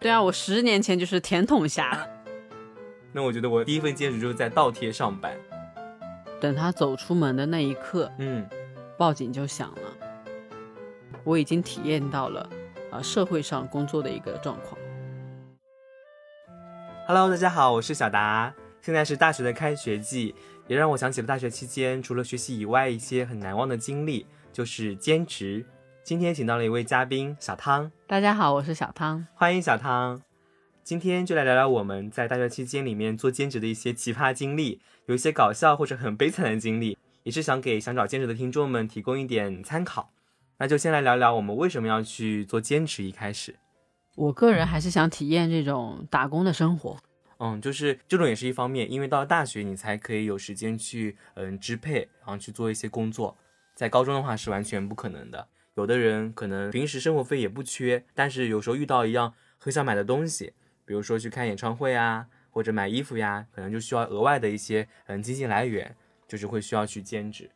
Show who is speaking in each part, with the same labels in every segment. Speaker 1: 对啊，我十年前就是甜筒侠了。
Speaker 2: 那我觉得我第一份兼职就是在倒贴上班。
Speaker 1: 等他走出门的那一刻，
Speaker 2: 嗯，
Speaker 1: 报警就响了。我已经体验到了，呃，社会上工作的一个状况。
Speaker 2: Hello，大家好，我是小达。现在是大学的开学季，也让我想起了大学期间除了学习以外一些很难忘的经历，就是兼职。今天请到了一位嘉宾小汤，
Speaker 1: 大家好，我是小汤。
Speaker 2: 欢迎小汤。今天就来聊聊我们在大学期间里面做兼职的一些奇葩经历，有一些搞笑或者很悲惨的经历，也是想给想找兼职的听众们提供一点参考。那就先来聊聊我们为什么要去做兼职。一开始，
Speaker 1: 我个人还是想体验这种打工的生活。
Speaker 2: 嗯，就是这种也是一方面，因为到了大学你才可以有时间去嗯支配，然后去做一些工作。在高中的话是完全不可能的。有的人可能平时生活费也不缺，但是有时候遇到一样很想买的东西，比如说去看演唱会啊，或者买衣服呀，可能就需要额外的一些嗯经济来源，就是会需要去兼职。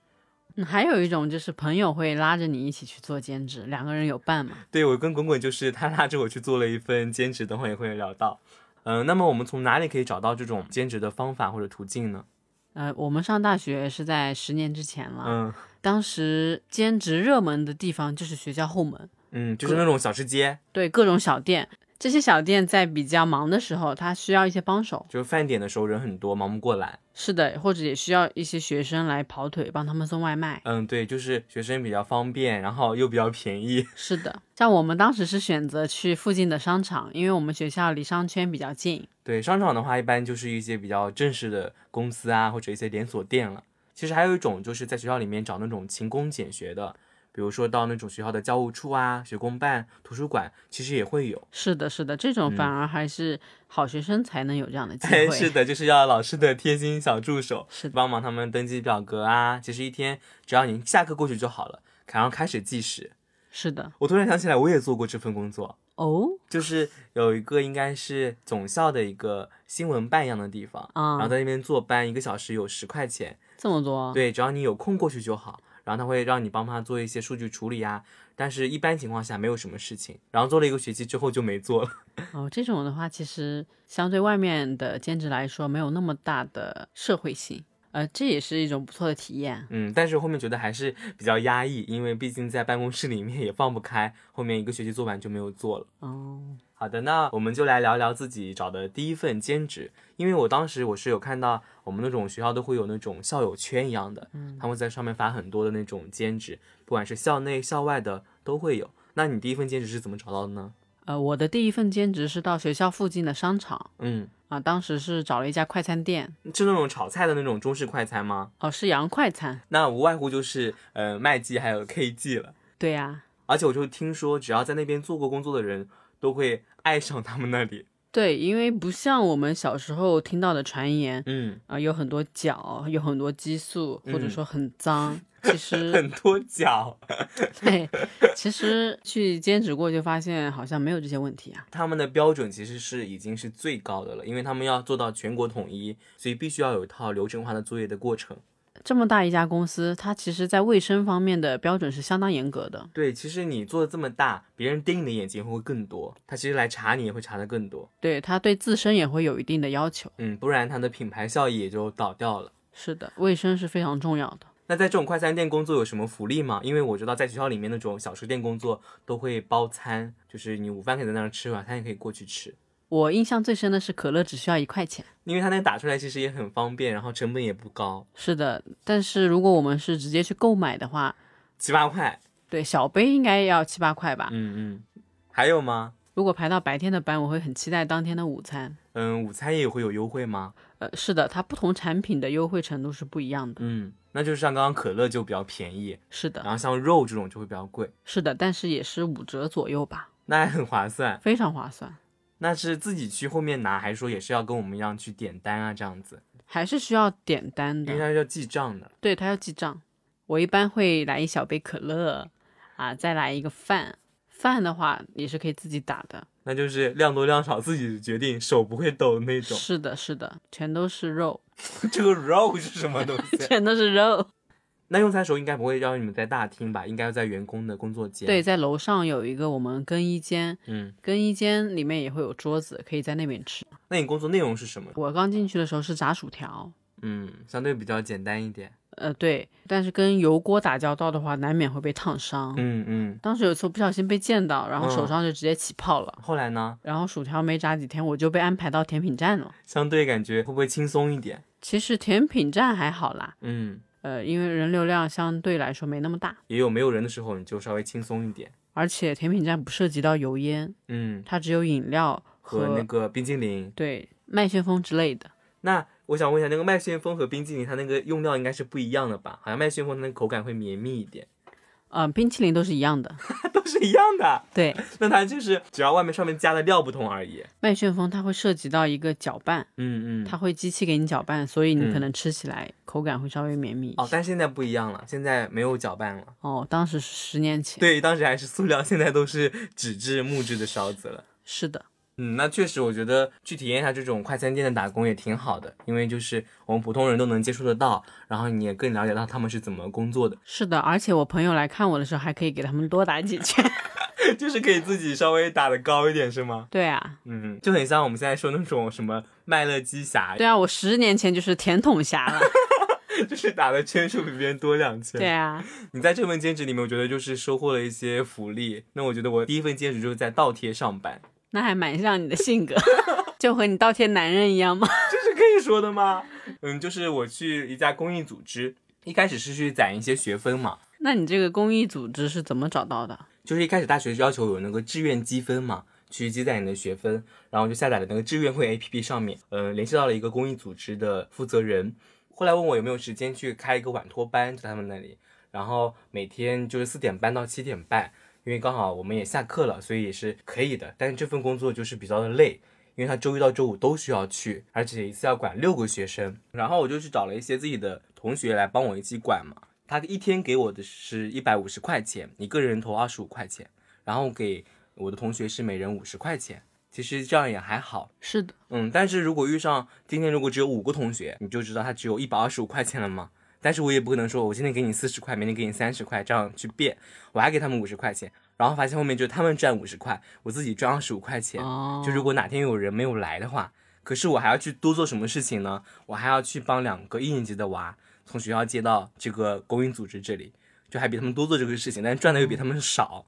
Speaker 1: 嗯，还有一种就是朋友会拉着你一起去做兼职，两个人有伴嘛。
Speaker 2: 对我跟滚滚就是 他拉着我去做了一份兼职，等会也会聊到。嗯，那么我们从哪里可以找到这种兼职的方法或者途径呢？
Speaker 1: 呃，我们上大学是在十年之前了，
Speaker 2: 嗯
Speaker 1: 当时兼职热门的地方就是学校后门，
Speaker 2: 嗯，就是那种小吃街，
Speaker 1: 对各种小店。这些小店在比较忙的时候，它需要一些帮手，
Speaker 2: 就是饭点的时候人很多，忙不过来。
Speaker 1: 是的，或者也需要一些学生来跑腿，帮他们送外卖。
Speaker 2: 嗯，对，就是学生比较方便，然后又比较便宜。
Speaker 1: 是的，像我们当时是选择去附近的商场，因为我们学校离商圈比较近。
Speaker 2: 对，商场的话，一般就是一些比较正式的公司啊，或者一些连锁店了。其实还有一种就是在学校里面找那种勤工俭学的，比如说到那种学校的教务处啊、学工办、图书馆，其实也会有。
Speaker 1: 是的，是的，这种反而还是好学生才能有这样的机会。
Speaker 2: 嗯哎，是的，就是要老师的贴心小助手，
Speaker 1: 是的
Speaker 2: 帮忙他们登记表格啊。其实一天只要你下课过去就好了，然后开始计时。
Speaker 1: 是的，
Speaker 2: 我突然想起来，我也做过这份工作。
Speaker 1: 哦，
Speaker 2: 就是有一个应该是总校的一个新闻办一样的地方，
Speaker 1: 啊
Speaker 2: 然后在那边坐班，一个小时有十块钱，
Speaker 1: 这么多，
Speaker 2: 对，只要你有空过去就好。然后他会让你帮他做一些数据处理啊，但是一般情况下没有什么事情。然后做了一个学期之后就没做了，
Speaker 1: 哦，这种的话，其实相对外面的兼职来说，没有那么大的社会性，呃，这也是一种不错的体验。
Speaker 2: 嗯，但是后面觉得还是比较压抑，因为毕竟在办公室里面也放不开，后面一个学期做完就没有做了。
Speaker 1: 哦，
Speaker 2: 好的，那我们就来聊聊自己找的第一份兼职。因为我当时我是有看到我们那种学校都会有那种校友圈一样的，他们在上面发很多的那种兼职，不管是校内校外的都会有。那你第一份兼职是怎么找到的呢？
Speaker 1: 呃，我的第一份兼职是到学校附近的商场
Speaker 2: 嗯，
Speaker 1: 啊，当时是找了一家快餐店，
Speaker 2: 是那种炒菜的那种中式快餐吗？
Speaker 1: 哦，是洋快餐，
Speaker 2: 那无外乎就是呃麦记还有 KG 了。
Speaker 1: 对呀、
Speaker 2: 而且我就听说，只要在那边做过工作的人都会爱上他们那里。
Speaker 1: 对，因为不像我们小时候听到的传言
Speaker 2: 嗯，
Speaker 1: 啊、有很多脚，有很多激素，或者
Speaker 2: 嗯
Speaker 1: 说很脏。其实，
Speaker 2: 很多脚。
Speaker 1: 对，其实去兼职过就发现好像没有这些问题啊。
Speaker 2: 他们的标准其实是已经是最高的了，因为他们要做到全国统一，所以必须要有一套流程化的作业的过程。
Speaker 1: 这么大一家公司，它其实在卫生方面的标准是相当严格的。
Speaker 2: 对，其实你做的这么大，别人盯你的眼睛会更多，他其实来查你也会查的更多，
Speaker 1: 对它对自身也会有一定的要求。
Speaker 2: 嗯，不然他的品牌效益也就倒掉了。
Speaker 1: 是的，卫生是非常重要的。
Speaker 2: 那在这种快餐店工作有什么福利吗？因为我知道在学校里面那种小吃店工作都会包餐，就是你午饭可以在那儿吃，晚餐也可以过去吃。
Speaker 1: 我印象最深的是可乐只需要一块钱。
Speaker 2: 因为他那打出来其实也很方便，然后成本也不高，
Speaker 1: 是的，但是如果我们是直接去购买的话，
Speaker 2: 七八块。
Speaker 1: 对小杯应该要七八块吧。
Speaker 2: 嗯嗯，还有吗？
Speaker 1: 如果排到白天的班，我会很期待当天的午餐。
Speaker 2: 嗯，午餐也会有优惠吗？
Speaker 1: 呃，是的，它不同产品的优惠程度是不一样的。
Speaker 2: 嗯，那就是像刚刚可乐就比较便宜，
Speaker 1: 是
Speaker 2: 然
Speaker 1: 的，
Speaker 2: 后像肉这种就会比较贵，
Speaker 1: 是的，但是也是五折左右吧，
Speaker 2: 那还很划算。
Speaker 1: 非常划算。
Speaker 2: 那是自己去后面拿，还是说也是要跟我们一样去点单啊这样子？
Speaker 1: 还是需要点单
Speaker 2: 因
Speaker 1: 的
Speaker 2: 为。它是要记账的。
Speaker 1: 对他要记账。我一般会来一小杯可乐，啊，再来一个饭。饭的话也是可以自己打的。
Speaker 2: 那就是量多量少自己决定，手不会抖的 那种。
Speaker 1: 是的，是的，全都是肉，
Speaker 2: 这个肉是什么东西？
Speaker 1: 全都是肉。
Speaker 2: 那用餐时候应该不会让你们在大厅吧？应该在员工的工作间。
Speaker 1: 对，，在楼上有一个我们更衣间，
Speaker 2: 嗯，
Speaker 1: 更衣间里面也会有桌子，可以在那边吃。
Speaker 2: 那你工作内容是什么？
Speaker 1: 我刚进去的时候是炸薯条，
Speaker 2: 嗯，相对比较简单一点。
Speaker 1: 呃，对，但是跟油锅打交道的话，难免会被烫伤。
Speaker 2: 嗯嗯。
Speaker 1: 当时有一次我不小心被溅到，然后手
Speaker 2: 嗯
Speaker 1: 上就直接起泡了。
Speaker 2: 后来呢？
Speaker 1: 然后薯条没炸几天，我就被安排到甜品站了。
Speaker 2: 相对感觉会不会轻松一点？
Speaker 1: 其实甜品站还好啦，
Speaker 2: 嗯，
Speaker 1: 呃，因为人流量相对来说没那么大，
Speaker 2: 也有没有人的时候，你就稍微轻松一点。
Speaker 1: 而且甜品站不涉及到油烟，
Speaker 2: 嗯，
Speaker 1: 它只有饮料和
Speaker 2: 和那个冰激凌。
Speaker 1: 对麦旋风之类的。
Speaker 2: 那我想问一下，那个麦旋风和冰激凌，它那个用料应该是不一样的吧？好像麦旋风它那个口感会绵密一点，
Speaker 1: 嗯、冰淇淋都是一样的。
Speaker 2: 它都是一样的。
Speaker 1: 对，
Speaker 2: 那它就是只要外面上面加的料不同而已。
Speaker 1: 麦旋风它会涉及到一个搅拌，
Speaker 2: 嗯嗯。
Speaker 1: 它会机器给你搅拌，所以你可
Speaker 2: 嗯
Speaker 1: 能吃起来口感会稍微绵密一些。
Speaker 2: 哦，但是现在不一样了，现在没有搅拌了。
Speaker 1: 哦，当时是十年前，
Speaker 2: 对，当时还是塑料，现在都是纸质、木质的勺子了。
Speaker 1: 是的，
Speaker 2: 嗯，那确实，我觉得去体验一下这种快餐店的打工也挺好的，因为就是我们普通人都能接触得到，然后你也更了解到他们是怎么工作的，
Speaker 1: 是的。而且我朋友来看我的时候，还可以给他们多打几 拳。
Speaker 2: 就是可以自己稍微打得高一点，是吗？
Speaker 1: 对啊，
Speaker 2: 嗯，就很像我们现在说那种什么麦乐鸡侠，
Speaker 1: 对啊，我十年前就是甜筒侠了。
Speaker 2: 就是打的圈数比别人多两圈。
Speaker 1: 对，啊，
Speaker 2: 你在这份兼职里面，我觉得就是收获了一些福利。那我觉得我第一份兼职就是在倒贴上班，
Speaker 1: 那还蛮像你的性 格，就和你倒贴男人一样嘛。
Speaker 2: 这是可以说的吗？嗯，就是我去一家公益组织，一开始是去攒一些学分嘛，
Speaker 1: 那你这个公益组织是怎么找到的？
Speaker 2: 就是一开始大学要求有那个志愿积分嘛，去积攒你的学分，然后就下载了那个志愿会 APP 上面，嗯、联系到了一个公益组织的负责人，后来问我有没有时间去开一个晚托班，在他们那里，然后每天就是四点半到七点半，因为刚好我们也下课了，所以也是可以的，但是这份工作就是比较的累。因为他周一到周五都需要去，而且一次要管六个学生，然后我就去找了一些自己的同学来帮我一起管嘛，他一天给我的是一百五十块钱，一个人投二十五块钱，然后给我的同学是每人五十块钱。其实这样也还好，
Speaker 1: 是的，
Speaker 2: 嗯，但是如果遇上今天如果只有五个同学，你就知道他只有一百二十五块钱了嘛。但是我也不可能说我今天给你四十块，明天给你三十块，这样去变，我还给他们五十块钱，然后发现后面就是他们赚五十块，我自己赚二十五块钱。
Speaker 1: 哦，
Speaker 2: 就如果哪天有人没有来的话，可是我还要去多做什么事情呢？我还要去帮两个一年级的娃从学校接到这个公益组织这里，就还比他们多做这个事情，但赚的又比他们少。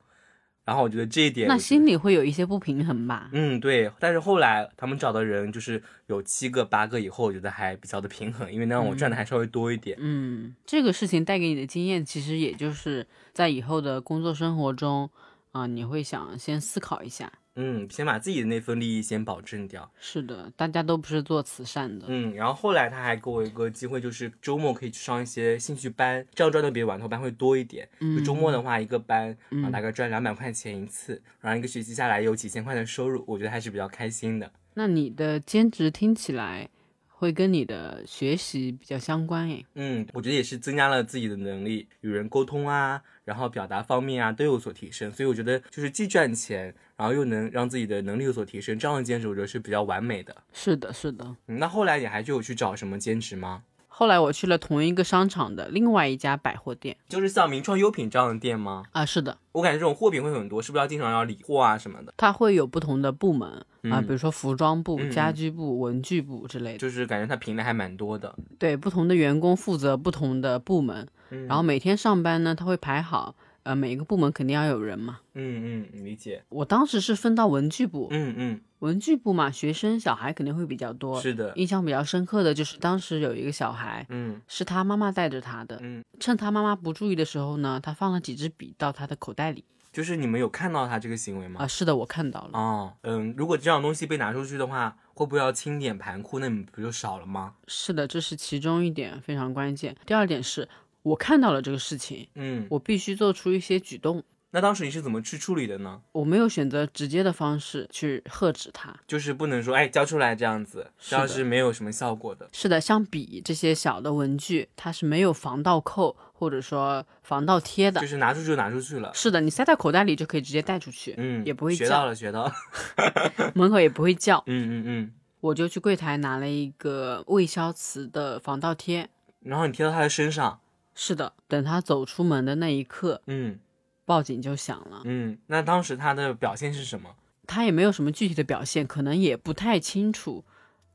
Speaker 2: 然后我觉得这一点，
Speaker 1: 那心里会有一些不平衡吧？
Speaker 2: 嗯对。但是后来他们找的人就是有七个八个以后，我觉得还比较的平衡，因为那样我赚的还稍微多一点。
Speaker 1: 嗯，这个事情带给你的经验，其实也就是在以后的工作生活中，啊、你会想先思考一下。
Speaker 2: 嗯，先把自己的那份利益先保证掉。
Speaker 1: 是的，大家都不是做慈善的。
Speaker 2: 嗯，然后后来他还给我一个机会，就是周末可以去上一些兴趣班，这样赚的比晚头班会多一点。就周末的话，一个班啊大概赚两百块钱一次，然后一个学期下来有几千块的收入，我觉得还是比较开心的。
Speaker 1: 那你的兼职听起来会跟你的学习比较相关诶。
Speaker 2: 嗯，我觉得也是增加了自己的能力，与人沟通啊，然后表达方面啊都有所提升。所以我觉得就是既赚钱，然后又能让自己的能力有所提升，这样的兼职我觉得是比较完美的。
Speaker 1: 是的，是的。
Speaker 2: 嗯那后来你还就有去找什么兼职吗？
Speaker 1: 后来我去了同一个商场的另外一家百货店
Speaker 2: 就是像名创优品这样的店吗？
Speaker 1: 啊，是的，
Speaker 2: 我感觉这种货品会很多，是不是要经常要理货啊什么的？
Speaker 1: 它会有不同的部门啊，
Speaker 2: 嗯
Speaker 1: 比如说服装部、
Speaker 2: 嗯嗯
Speaker 1: 家居部、文具部之类的。
Speaker 2: 就是感觉它品类还蛮多的。
Speaker 1: 对，不同的员工负责不同的部门，
Speaker 2: 嗯
Speaker 1: 然后每天上班呢，他会排好，呃，每个部门肯定要有人嘛。
Speaker 2: 嗯嗯，理解。
Speaker 1: 我当时是分到文具部，
Speaker 2: 嗯嗯，
Speaker 1: 文具部嘛，学生小孩肯定会比较多。
Speaker 2: 是的。
Speaker 1: 印象比较深刻的就是当时有一个小孩，
Speaker 2: 嗯
Speaker 1: 是他妈妈带着他的，
Speaker 2: 嗯，
Speaker 1: 趁他妈妈不注意的时候呢，他放了几支笔到他的口袋里。
Speaker 2: 就是你们有看到他这个行为
Speaker 1: 啊、
Speaker 2: 吗？
Speaker 1: 是的，我看到了。
Speaker 2: 嗯哦，嗯，如果这样东西被拿出去的话，会不会要清点盘库？那你们不就少了吗？
Speaker 1: 是的，这是其中一点非常关键。第二点是我看到了这个事情，
Speaker 2: 嗯，
Speaker 1: 我必须做出一些举动。
Speaker 2: 那当时你是怎么去处理的呢？
Speaker 1: 我没有选择直接的方式去喝止他。
Speaker 2: 就是不能说哎交出来这样子，
Speaker 1: 是
Speaker 2: 这
Speaker 1: 的
Speaker 2: 样是没有什么效果的。
Speaker 1: 是的，像笔这些小的文具，它是没有防盗扣或者说防盗贴的
Speaker 2: 就。是拿出去就拿出去了。
Speaker 1: 是的，你塞到口袋里就可以直接带出去，
Speaker 2: 嗯，
Speaker 1: 也不会
Speaker 2: 学到
Speaker 1: 叫，
Speaker 2: 了，学到了。
Speaker 1: 门口也不会叫。
Speaker 2: 嗯嗯嗯。
Speaker 1: 我就去柜台拿了一个魏消磁的防盗贴，
Speaker 2: 然后你贴到他的身上，
Speaker 1: 是的，等他走出门的那一刻，
Speaker 2: 嗯
Speaker 1: 报警就响了。
Speaker 2: 嗯，那当时他的表现是什么？
Speaker 1: 他也没有什么具体的表现，可能也不太清楚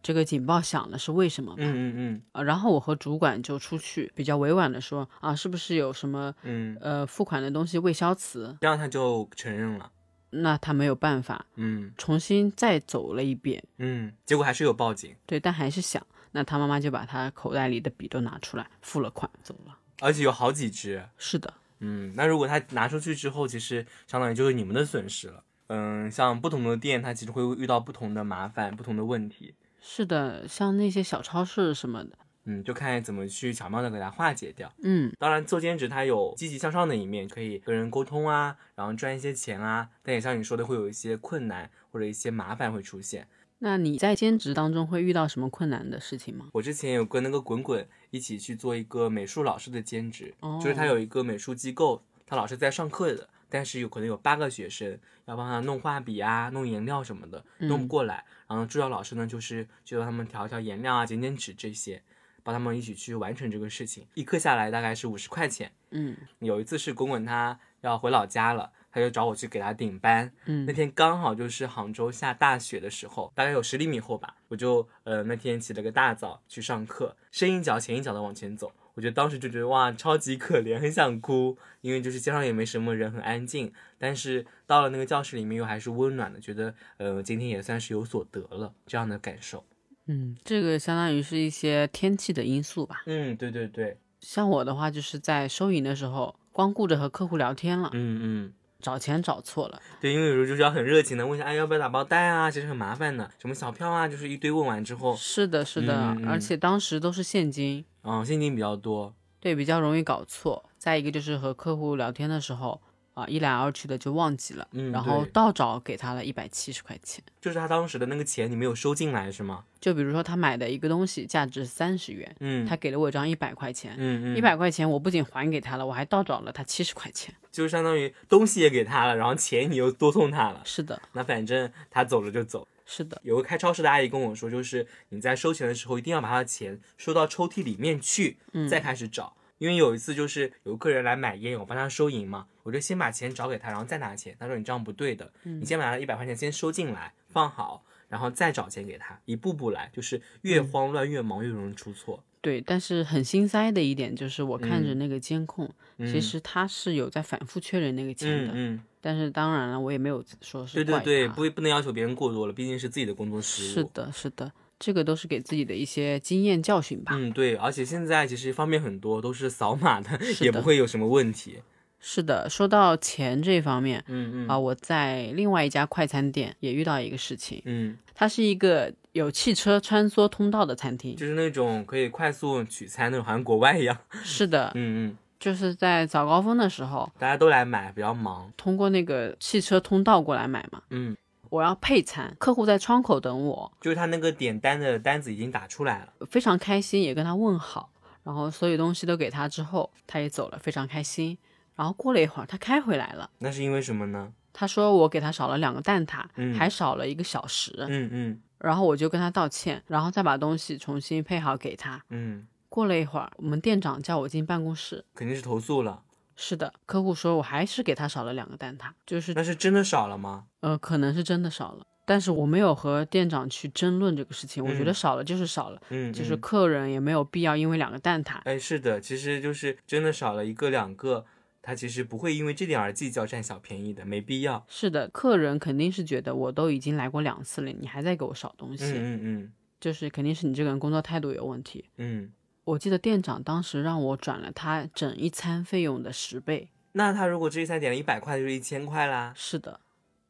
Speaker 1: 这个警报响了是为什么吧。
Speaker 2: 嗯嗯
Speaker 1: 啊，然后我和主管就出去，比较委婉的说啊，是不是有什么
Speaker 2: 嗯嗯，
Speaker 1: 呃付款的东西未消磁？
Speaker 2: 这样他就承认了。
Speaker 1: 那他没有办法，
Speaker 2: 嗯
Speaker 1: 重新再走了一遍，
Speaker 2: 嗯，结果还是有报警，
Speaker 1: 对，但还是响。那他妈妈就把他口袋里的笔都拿出来，付了款，走了。
Speaker 2: 而且有好几只。
Speaker 1: 是的，
Speaker 2: 嗯，那如果他拿出去之后，其实相当于就是你们的损失了。嗯，像不同的店，它其实会遇到不同的麻烦、不同的问题。
Speaker 1: 是的，像那些小超市什么的，
Speaker 2: 嗯，就看怎么去巧妙的给它化解掉。
Speaker 1: 嗯，
Speaker 2: 当然，做兼职它有积极向上的一面，可以跟人沟通啊，然后赚一些钱啊。但也像你说的，会有一些困难或者一些麻烦会出现。
Speaker 1: 那你在兼职当中会遇到什么困难的事情吗？
Speaker 2: 我之前有跟那个滚滚一起去做一个美术老师的兼职，
Speaker 1: 哦
Speaker 2: 就是他有一个美术机构，他老师在上课的，但是有可能有八个学生要帮他弄画笔啊、弄颜料什么的，弄不过来。然后助教老师呢，就是就让他们调一调颜料啊、剪剪纸这些，帮他们一起去完成这个事情。一课下来大概是五十块钱。
Speaker 1: 嗯
Speaker 2: 有一次是滚滚他要回老家了，他就找我去给他顶班。那
Speaker 1: 嗯
Speaker 2: 天刚好就是杭州下大雪的时候，大概有十厘米厚吧，我就呃那天起了个大早去上课，深一脚浅一脚的往前走。我觉得当时就觉得哇，超级可怜，很想哭，因为就是街上也没什么人，很安静。但是到了那个教室里面，又还是温暖的，觉得呃今天也算是有所得了这样的感受。
Speaker 1: 嗯，这个相当于是一些天气的因素吧。
Speaker 2: 嗯，对对对，
Speaker 1: 像我的话，就是在收银的时候，光顾着和客户聊天了，
Speaker 2: 嗯嗯。
Speaker 1: 找钱找错了。
Speaker 2: 对，因为有时候就是要很热情的问一下，哎，要不要打包带啊？其实很麻烦的，什么小票啊，就是一堆问完之后，
Speaker 1: 是的，是的，
Speaker 2: 嗯嗯嗯
Speaker 1: 而且当时都是现金，
Speaker 2: 嗯，现金比较多，
Speaker 1: 对，比较容易搞错。再一个就是和客户聊天的时候啊，一来二去的就忘记了，
Speaker 2: 嗯
Speaker 1: 然后
Speaker 2: 对
Speaker 1: 倒找给他了一百七十块钱。
Speaker 2: 就是他当时的那个钱你没有收进来是吗？
Speaker 1: 就比如说他买的一个东西价值三十元，
Speaker 2: 嗯，
Speaker 1: 他给了我一张一百块钱，
Speaker 2: 嗯嗯，
Speaker 1: 一百块钱我不仅还给他了，我还倒找了他七十块钱。
Speaker 2: 就是相当于东西也给他了，然后钱你又多送他了。
Speaker 1: 是的，
Speaker 2: 那反正他走了就走。
Speaker 1: 是的，
Speaker 2: 有个开超市的阿姨跟我说，就是你在收钱的时候一定要把他的钱收到抽屉里面去，
Speaker 1: 嗯
Speaker 2: 再开始找。因为有一次就是有客人来买烟，我帮他收银嘛，我就先把钱找给他，然后再拿钱。他说你这样不对的，
Speaker 1: 嗯
Speaker 2: 你先把他一百块钱先收进来，放好，然后再找钱给他，一步步来，就是
Speaker 1: 嗯
Speaker 2: 越慌乱越忙越容易出错。
Speaker 1: 对。但是很心塞的一点就是，我看着那个监控，其
Speaker 2: 嗯
Speaker 1: 实他是有在反复确认那个钱
Speaker 2: 嗯
Speaker 1: 的，
Speaker 2: 嗯，
Speaker 1: 但是当然了，我也没有说是
Speaker 2: 对
Speaker 1: 怪
Speaker 2: 对对，
Speaker 1: 他
Speaker 2: 不不能要求别人过多了，毕竟是自己的工作失误。
Speaker 1: 是的，是的，这个都是给自己的一些经验教训吧。
Speaker 2: 嗯，对，而且现在其实方便很多，都是扫码的，
Speaker 1: 是
Speaker 2: 也
Speaker 1: 的
Speaker 2: 不会有什么问题。
Speaker 1: 是的，说到钱这方面
Speaker 2: 嗯
Speaker 1: 啊，我在另外一家快餐店也遇到一个事情，
Speaker 2: 嗯，
Speaker 1: 它是一个有汽车穿梭通道的餐厅。
Speaker 2: 就是那种可以快速取餐那种，好像国外一样。
Speaker 1: 是的，
Speaker 2: 嗯嗯，
Speaker 1: 就是在早高峰的时候，
Speaker 2: 大家都来买，比较忙。
Speaker 1: 通过那个汽车通道过来买嘛。
Speaker 2: 嗯，
Speaker 1: 我要配餐，客户在窗口等我，
Speaker 2: 就是他那个点单的单子已经打出来了。
Speaker 1: 非常开心，也跟他问好，然后所有东西都给他之后，他也走了，非常开心。然后过了一会儿，他开回来了。
Speaker 2: 那是因为什么呢？
Speaker 1: 他说我给他少了两个蛋挞，
Speaker 2: 嗯
Speaker 1: 还少了一个小时，
Speaker 2: 嗯嗯
Speaker 1: 然后我就跟他道歉，然后再把东西重新配好给他。
Speaker 2: 嗯，
Speaker 1: 过了一会儿，我们店长叫我进办公室。
Speaker 2: 肯定是投诉了。
Speaker 1: 是的，客户说我还是给他少了两个蛋挞，就是
Speaker 2: 那是真的少了吗？
Speaker 1: 呃，可能是真的少了，但是我没有和店长去争论这个事情，我觉得
Speaker 2: 嗯
Speaker 1: 少了就是少了，
Speaker 2: 嗯，
Speaker 1: 就是
Speaker 2: 嗯
Speaker 1: 客人也没有必要因为两个蛋挞。
Speaker 2: 哎，是的，其实就是真的少了一个两个，他其实不会因为这点而计较占小便宜的，没必要。
Speaker 1: 是的，客人肯定是觉得我都已经来过两次了，你还在给我少东西，
Speaker 2: 嗯嗯嗯
Speaker 1: 就是肯定是你这个人工作态度有问题。
Speaker 2: 嗯，
Speaker 1: 我记得店长当时让我转了他整一餐费用的十倍。
Speaker 2: 那他如果这一餐点了一百块，就是一千块啦。
Speaker 1: 是的，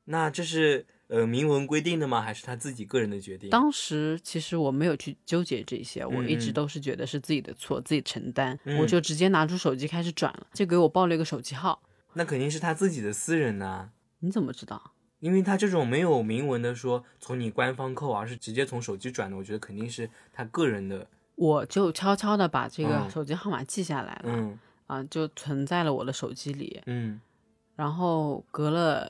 Speaker 2: 那这是呃明文规定的吗？还是他自己个人的决定？
Speaker 1: 当时其实我没有去纠结这些，我一直
Speaker 2: 嗯嗯
Speaker 1: 都是觉得是自己的错，自己承担，我
Speaker 2: 嗯
Speaker 1: 就直接拿出手机开始转了，就给我报了一个手机号。
Speaker 2: 那肯定是他自己的私人呐、
Speaker 1: 你怎么知道？
Speaker 2: 因为他这种没有明文的说从你官方扣，而是直接从手机转的，我觉得肯定是他个人的。
Speaker 1: 我就悄悄的把这个
Speaker 2: 嗯
Speaker 1: 手机号码记下来了，
Speaker 2: 嗯
Speaker 1: 啊，就存在了我的手机里。
Speaker 2: 嗯
Speaker 1: 然后隔了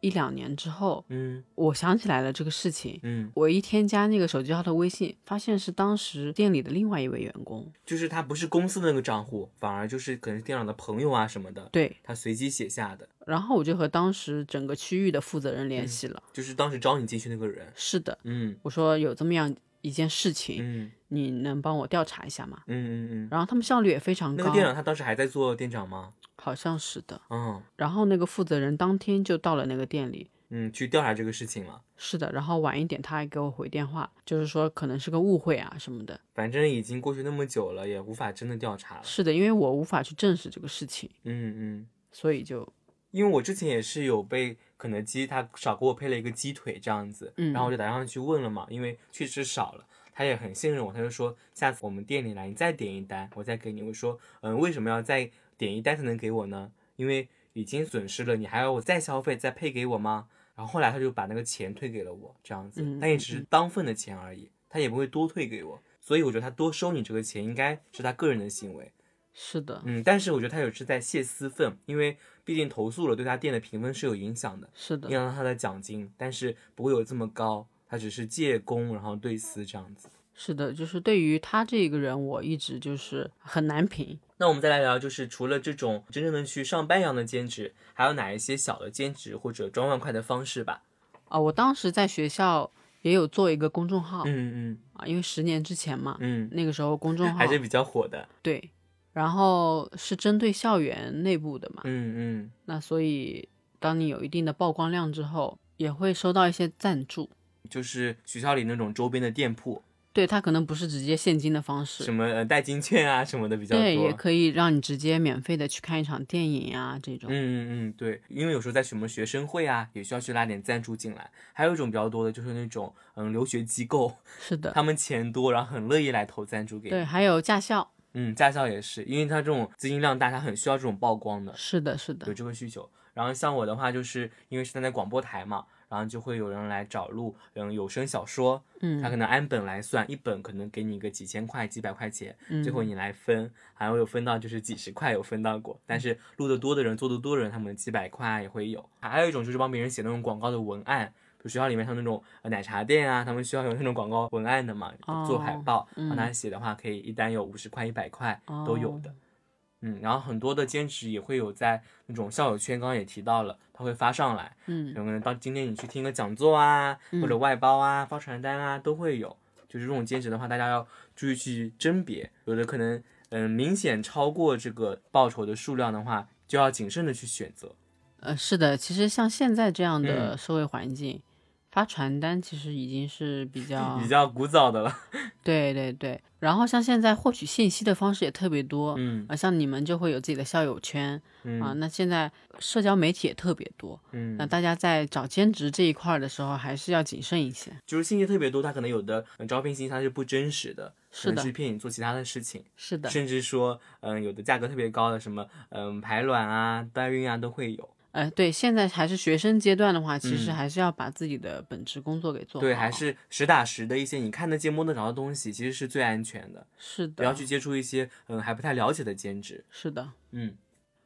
Speaker 1: 一两年之后，
Speaker 2: 嗯
Speaker 1: 我想起来了这个事情。
Speaker 2: 嗯，
Speaker 1: 我一添加那个手机号的微信，发现是当时店里的另外一位员工。
Speaker 2: 就是他不是公司的那个账户，反而就是可能是店长的朋友啊什么的，
Speaker 1: 对，
Speaker 2: 他随机写下的，
Speaker 1: 然后我就和当时整个区域的负责人
Speaker 2: 嗯
Speaker 1: 联系了。
Speaker 2: 就是当时招你进去那个人。
Speaker 1: 是的，
Speaker 2: 嗯
Speaker 1: 我说有这么样一件事情，
Speaker 2: 嗯
Speaker 1: 你能帮我调查一下吗？
Speaker 2: 嗯嗯嗯。
Speaker 1: 然后他们效率也非常
Speaker 2: 那
Speaker 1: 高，
Speaker 2: 个店长他当时还在做店长吗？
Speaker 1: 好像是的。
Speaker 2: 嗯
Speaker 1: 然后那个负责人当天就到了那个店里。
Speaker 2: 嗯，去调查这个事情了。
Speaker 1: 是的，然后晚一点他还给我回电话，就是说可能是个误会啊什么的。
Speaker 2: 反正已经过去那么久了，也无法真的调查了。
Speaker 1: 是的，因为我无法去证实这个事情，
Speaker 2: 嗯嗯，
Speaker 1: 所以就
Speaker 2: 因为我之前也是有被肯德基他少给我配了一个鸡腿这样子，
Speaker 1: 嗯
Speaker 2: 然后我就打电话去问了嘛，因为确实少了。他也很信任我，他就说下次我们店里来，你再点一单，我再给你。我说，嗯，为什么要再点一单才能给我呢？因为已经损失了，你还要我再消费再配给我吗？然后后来他就把那个钱退给了我，这样子
Speaker 1: 嗯，
Speaker 2: 但也只是当份的钱而已，他也不会多退给我。所以我觉得他多收你这个钱，应该是他个人的行为。
Speaker 1: 是的，
Speaker 2: 嗯，但是我觉得他也是在泄私愤，因为毕竟投诉了，对他店的评分是有影响的，
Speaker 1: 是的
Speaker 2: 影，响到他的奖金，但是不会有这么高，他只是借公然后对私这样子。
Speaker 1: 是的，就是对于他这个人，我一直就是很难评。
Speaker 2: 那我们再来聊，就是除了这种真正的去上班一样的兼职，还有哪一些小的兼职或者赚外快的方式吧？
Speaker 1: 啊，我当时在学校也有做一个公众号、
Speaker 2: 嗯
Speaker 1: 啊，因为十年之前嘛，
Speaker 2: 嗯
Speaker 1: 那个啊时候公众
Speaker 2: 嗯，
Speaker 1: 号
Speaker 2: 还是比较火的。
Speaker 1: 对，然后是针对校园内部的嘛，
Speaker 2: 嗯嗯
Speaker 1: 那所以当你有一定的曝光量之后，也会收到一些赞助。，
Speaker 2: 就是学校里那种周边的店铺，
Speaker 1: 对，它可能不是直接现金的方式，
Speaker 2: 什么呃代金券啊什么的比较多。
Speaker 1: 对，也可以让你直接免费的去看一场电影啊，这种。
Speaker 2: 嗯嗯嗯，对，因为有时候在什么学生会啊，也需要去拉点赞助进来。还有一种比较多的就是那种嗯留学机构，
Speaker 1: 是的，
Speaker 2: 他们钱多，然后很乐意来投赞助给
Speaker 1: 对，
Speaker 2: 你。
Speaker 1: 还有驾校，
Speaker 2: 嗯，驾校也是，因为他这种资金量大，他很需要这种曝光的，
Speaker 1: 是的，是
Speaker 2: 有
Speaker 1: 的，
Speaker 2: 这个需求。然后像我的话，就是因为是站在广播台嘛，然后就会有人来找录嗯有声小说，他可
Speaker 1: 嗯，
Speaker 2: 能按本来算，一本可能给你个几千块、几百块钱，最后
Speaker 1: 嗯
Speaker 2: 你来分，还会有分到就是几十块有分到过，
Speaker 1: 嗯
Speaker 2: 但是录的多的人、做的多的人，他们几百块啊也会有。还有一种就是帮别人写那种广告的文案，就学校里面像那种呃奶茶店啊，他们需要有那种广告文案的嘛，做海
Speaker 1: 哦
Speaker 2: 报，
Speaker 1: 嗯
Speaker 2: 让他写的话可以一单有五十块、一百块都有的。
Speaker 1: 哦
Speaker 2: 嗯，然后很多的兼职也会有在那种校友圈，刚刚也提到了，他会发上来，
Speaker 1: 嗯，
Speaker 2: 有可能到今天你去听个讲座啊，或者
Speaker 1: 嗯
Speaker 2: 外包啊、发传单啊，都会有。就是这种兼职的话，大家要注意去甄别，有的可能嗯明显超过这个报酬的数量的话，就要谨慎的去选择。
Speaker 1: 呃，是的，其实像现在这样的
Speaker 2: 嗯
Speaker 1: 社会环境，发传单其实已经是比较，
Speaker 2: 比较古早的了，
Speaker 1: 对对对。然后像现在获取信息的方式也特别多，
Speaker 2: 嗯
Speaker 1: 啊，像你们就会有自己的校友圈啊，
Speaker 2: 嗯
Speaker 1: 那现在社交媒体也特别多，那
Speaker 2: 嗯，
Speaker 1: 大家在找兼职这一块儿的时候，还是要谨慎一些。
Speaker 2: 就是信息特别多，它可能有的嗯招聘信息它是不真实的，可
Speaker 1: 是
Speaker 2: 能
Speaker 1: 的
Speaker 2: 是，骗你做其他的事情，
Speaker 1: 是的，
Speaker 2: 甚至说嗯有的价格特别高的什么嗯排卵啊、代孕啊都会有。
Speaker 1: 呃，对，现在还是学生阶段的话，其实
Speaker 2: 嗯
Speaker 1: 还是要把自己的本职工作给做好。
Speaker 2: 对，还是实打实的一些你看得见、摸得着的东西，其实是最安全的。
Speaker 1: 是的，
Speaker 2: 不要去接触一些嗯还不太了解的兼职。
Speaker 1: 是的，
Speaker 2: 嗯，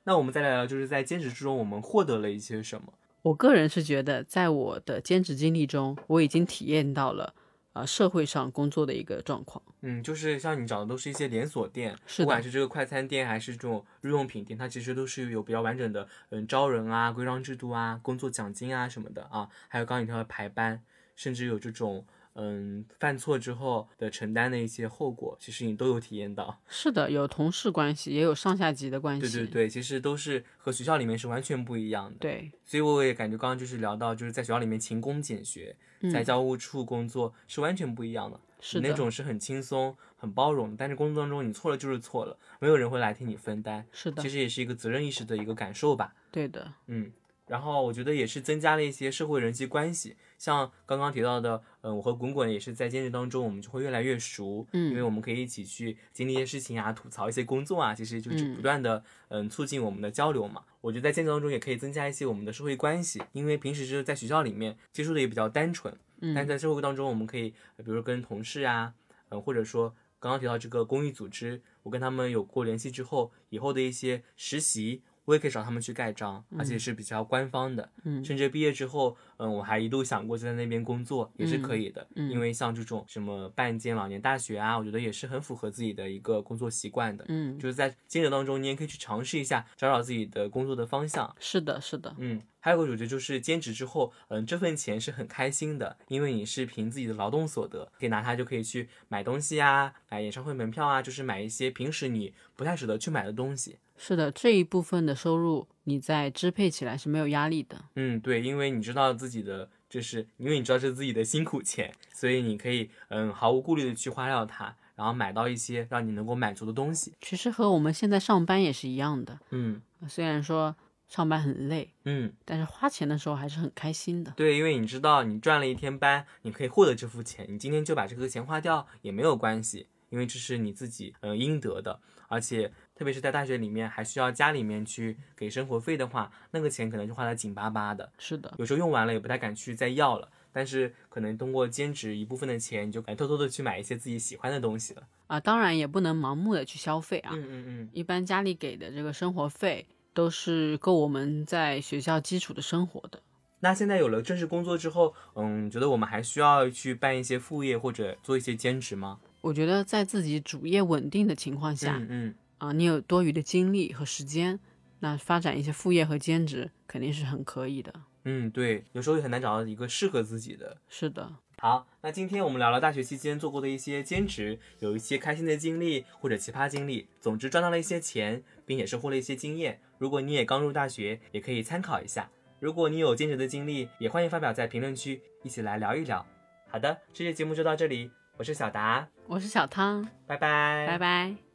Speaker 2: 那我们再来聊，就是在兼职之中我们获得了一些什么？
Speaker 1: 我个人是觉得，在我的兼职经历中，我已经体验到了呃社会上工作的一个状况。
Speaker 2: 嗯，就是像你找的都是一些连锁店，
Speaker 1: 是
Speaker 2: 不管
Speaker 1: 的，
Speaker 2: 是这个快餐店还是这种日用品店，它其实都是有比较完整的嗯招人啊、规章制度啊、工作奖金啊什么的啊，还有刚刚你提到的排班，甚至有这种。嗯，犯错之后的承担的一些后果，其实你都有体验到。
Speaker 1: 是的，有同事关系，也有上下级的关
Speaker 2: 对
Speaker 1: 系。
Speaker 2: 对对，其实都是和学校里面是完全不一样的。
Speaker 1: 对
Speaker 2: 所以我也感觉刚刚就是聊到，就是在学校里面勤工俭学，
Speaker 1: 嗯
Speaker 2: 在教务处工作是完全不一样的。
Speaker 1: 是
Speaker 2: 你那
Speaker 1: 的，
Speaker 2: 种是很轻松、很包容，但是工作当中你错了就是错了，没有人会来替你分担。
Speaker 1: 是的
Speaker 2: 其，实也是一个责任意识的一个感受吧。
Speaker 1: 对的，
Speaker 2: 嗯，然后我觉得也是增加了一些社会人际关系，像刚刚提到的，嗯，我和滚滚也是在兼职当中，我们就会越来越熟，
Speaker 1: 嗯
Speaker 2: 因为我们可以一起去经历一些事情啊，吐槽一些工作啊，其实就是
Speaker 1: 嗯
Speaker 2: 不断的嗯促进我们的交流嘛。我觉得在兼职当中也可以增加一些我们的社会关系，因为平时就是在学校里面接触的也比较单纯，但
Speaker 1: 嗯，
Speaker 2: 在社会当中，我们可以呃比如跟同事啊，嗯，或者说刚刚提到这个公益组织，我跟他们有过联系之后，以后的一些实习，我也可以找他们去盖章，而且是比较官方的。
Speaker 1: 嗯
Speaker 2: 甚至毕业之后，嗯，我还一度想过就在那边工作也是可以的，
Speaker 1: 嗯嗯
Speaker 2: 因为像这种什么办间老年大学啊，我觉得也是很符合自己的一个工作习惯的。
Speaker 1: 嗯，
Speaker 2: 就是在兼职当中，你也可以去尝试一下，找找自己的工作的方向。
Speaker 1: 是的，是的，
Speaker 2: 嗯，还有个主角就是兼职之后，嗯，这份钱是很开心的，因为你是凭自己的劳动所得，可以拿它就可以去买东西啊，买演唱会门票啊，就是买一些平时你不太舍得去买的东西。
Speaker 1: 是的，这一部分的收入你在支配起来是没有压力的。
Speaker 2: 嗯，对，因为你知道自己的，就是因为你知道这是自己的辛苦钱，所以你可以嗯毫无顾虑的去花掉它，然后买到一些让你能够满足的东西。
Speaker 1: 其实和我们现在上班也是一样的，
Speaker 2: 嗯
Speaker 1: 虽然说上班很累，
Speaker 2: 嗯，
Speaker 1: 但是花钱的时候还是很开心的。
Speaker 2: 对，因为你知道你赚了一天班，你可以获得这副钱，你今天就把这个钱花掉也没有关系，因为这是你自己嗯、呃应得的，而且。特别是在大学里面，还需要家里面去给生活费的话，那个钱可能就花的紧巴巴的。
Speaker 1: 是的，
Speaker 2: 有时候用完了也不太敢去再要了，但是可能通过兼职一部分的钱，你就敢偷偷的去买一些自己喜欢的东西了。
Speaker 1: 啊，当然也不能盲目的去消费啊。
Speaker 2: 嗯嗯
Speaker 1: 一般家里给的这个生活费都是够我们在学校基础的生活的。
Speaker 2: 嗯。那现在有了正式工作之后，嗯，你觉得我们还需要去办一些副业或者做一些兼职吗？
Speaker 1: 我觉得在自己主业稳定的情况下，
Speaker 2: 嗯嗯，
Speaker 1: 啊，你有多余的精力和时间，那发展一些副业和兼职肯定是很可以的。
Speaker 2: 嗯，对，有时候也很难找到一个适合自己的。
Speaker 1: 是的，
Speaker 2: 好，那今天我们聊了大学期间做过的一些兼职，有一些开心的经历或者奇葩经历，总之赚到了一些钱，并且收获了一些经验。如果你也刚入大学，也可以参考一下。如果你有兼职的经历，也欢迎发表在评论区，一起来聊一聊。好的，这期节目就到这里，我是小达，
Speaker 1: 我是小汤，
Speaker 2: 拜拜，
Speaker 1: 拜拜。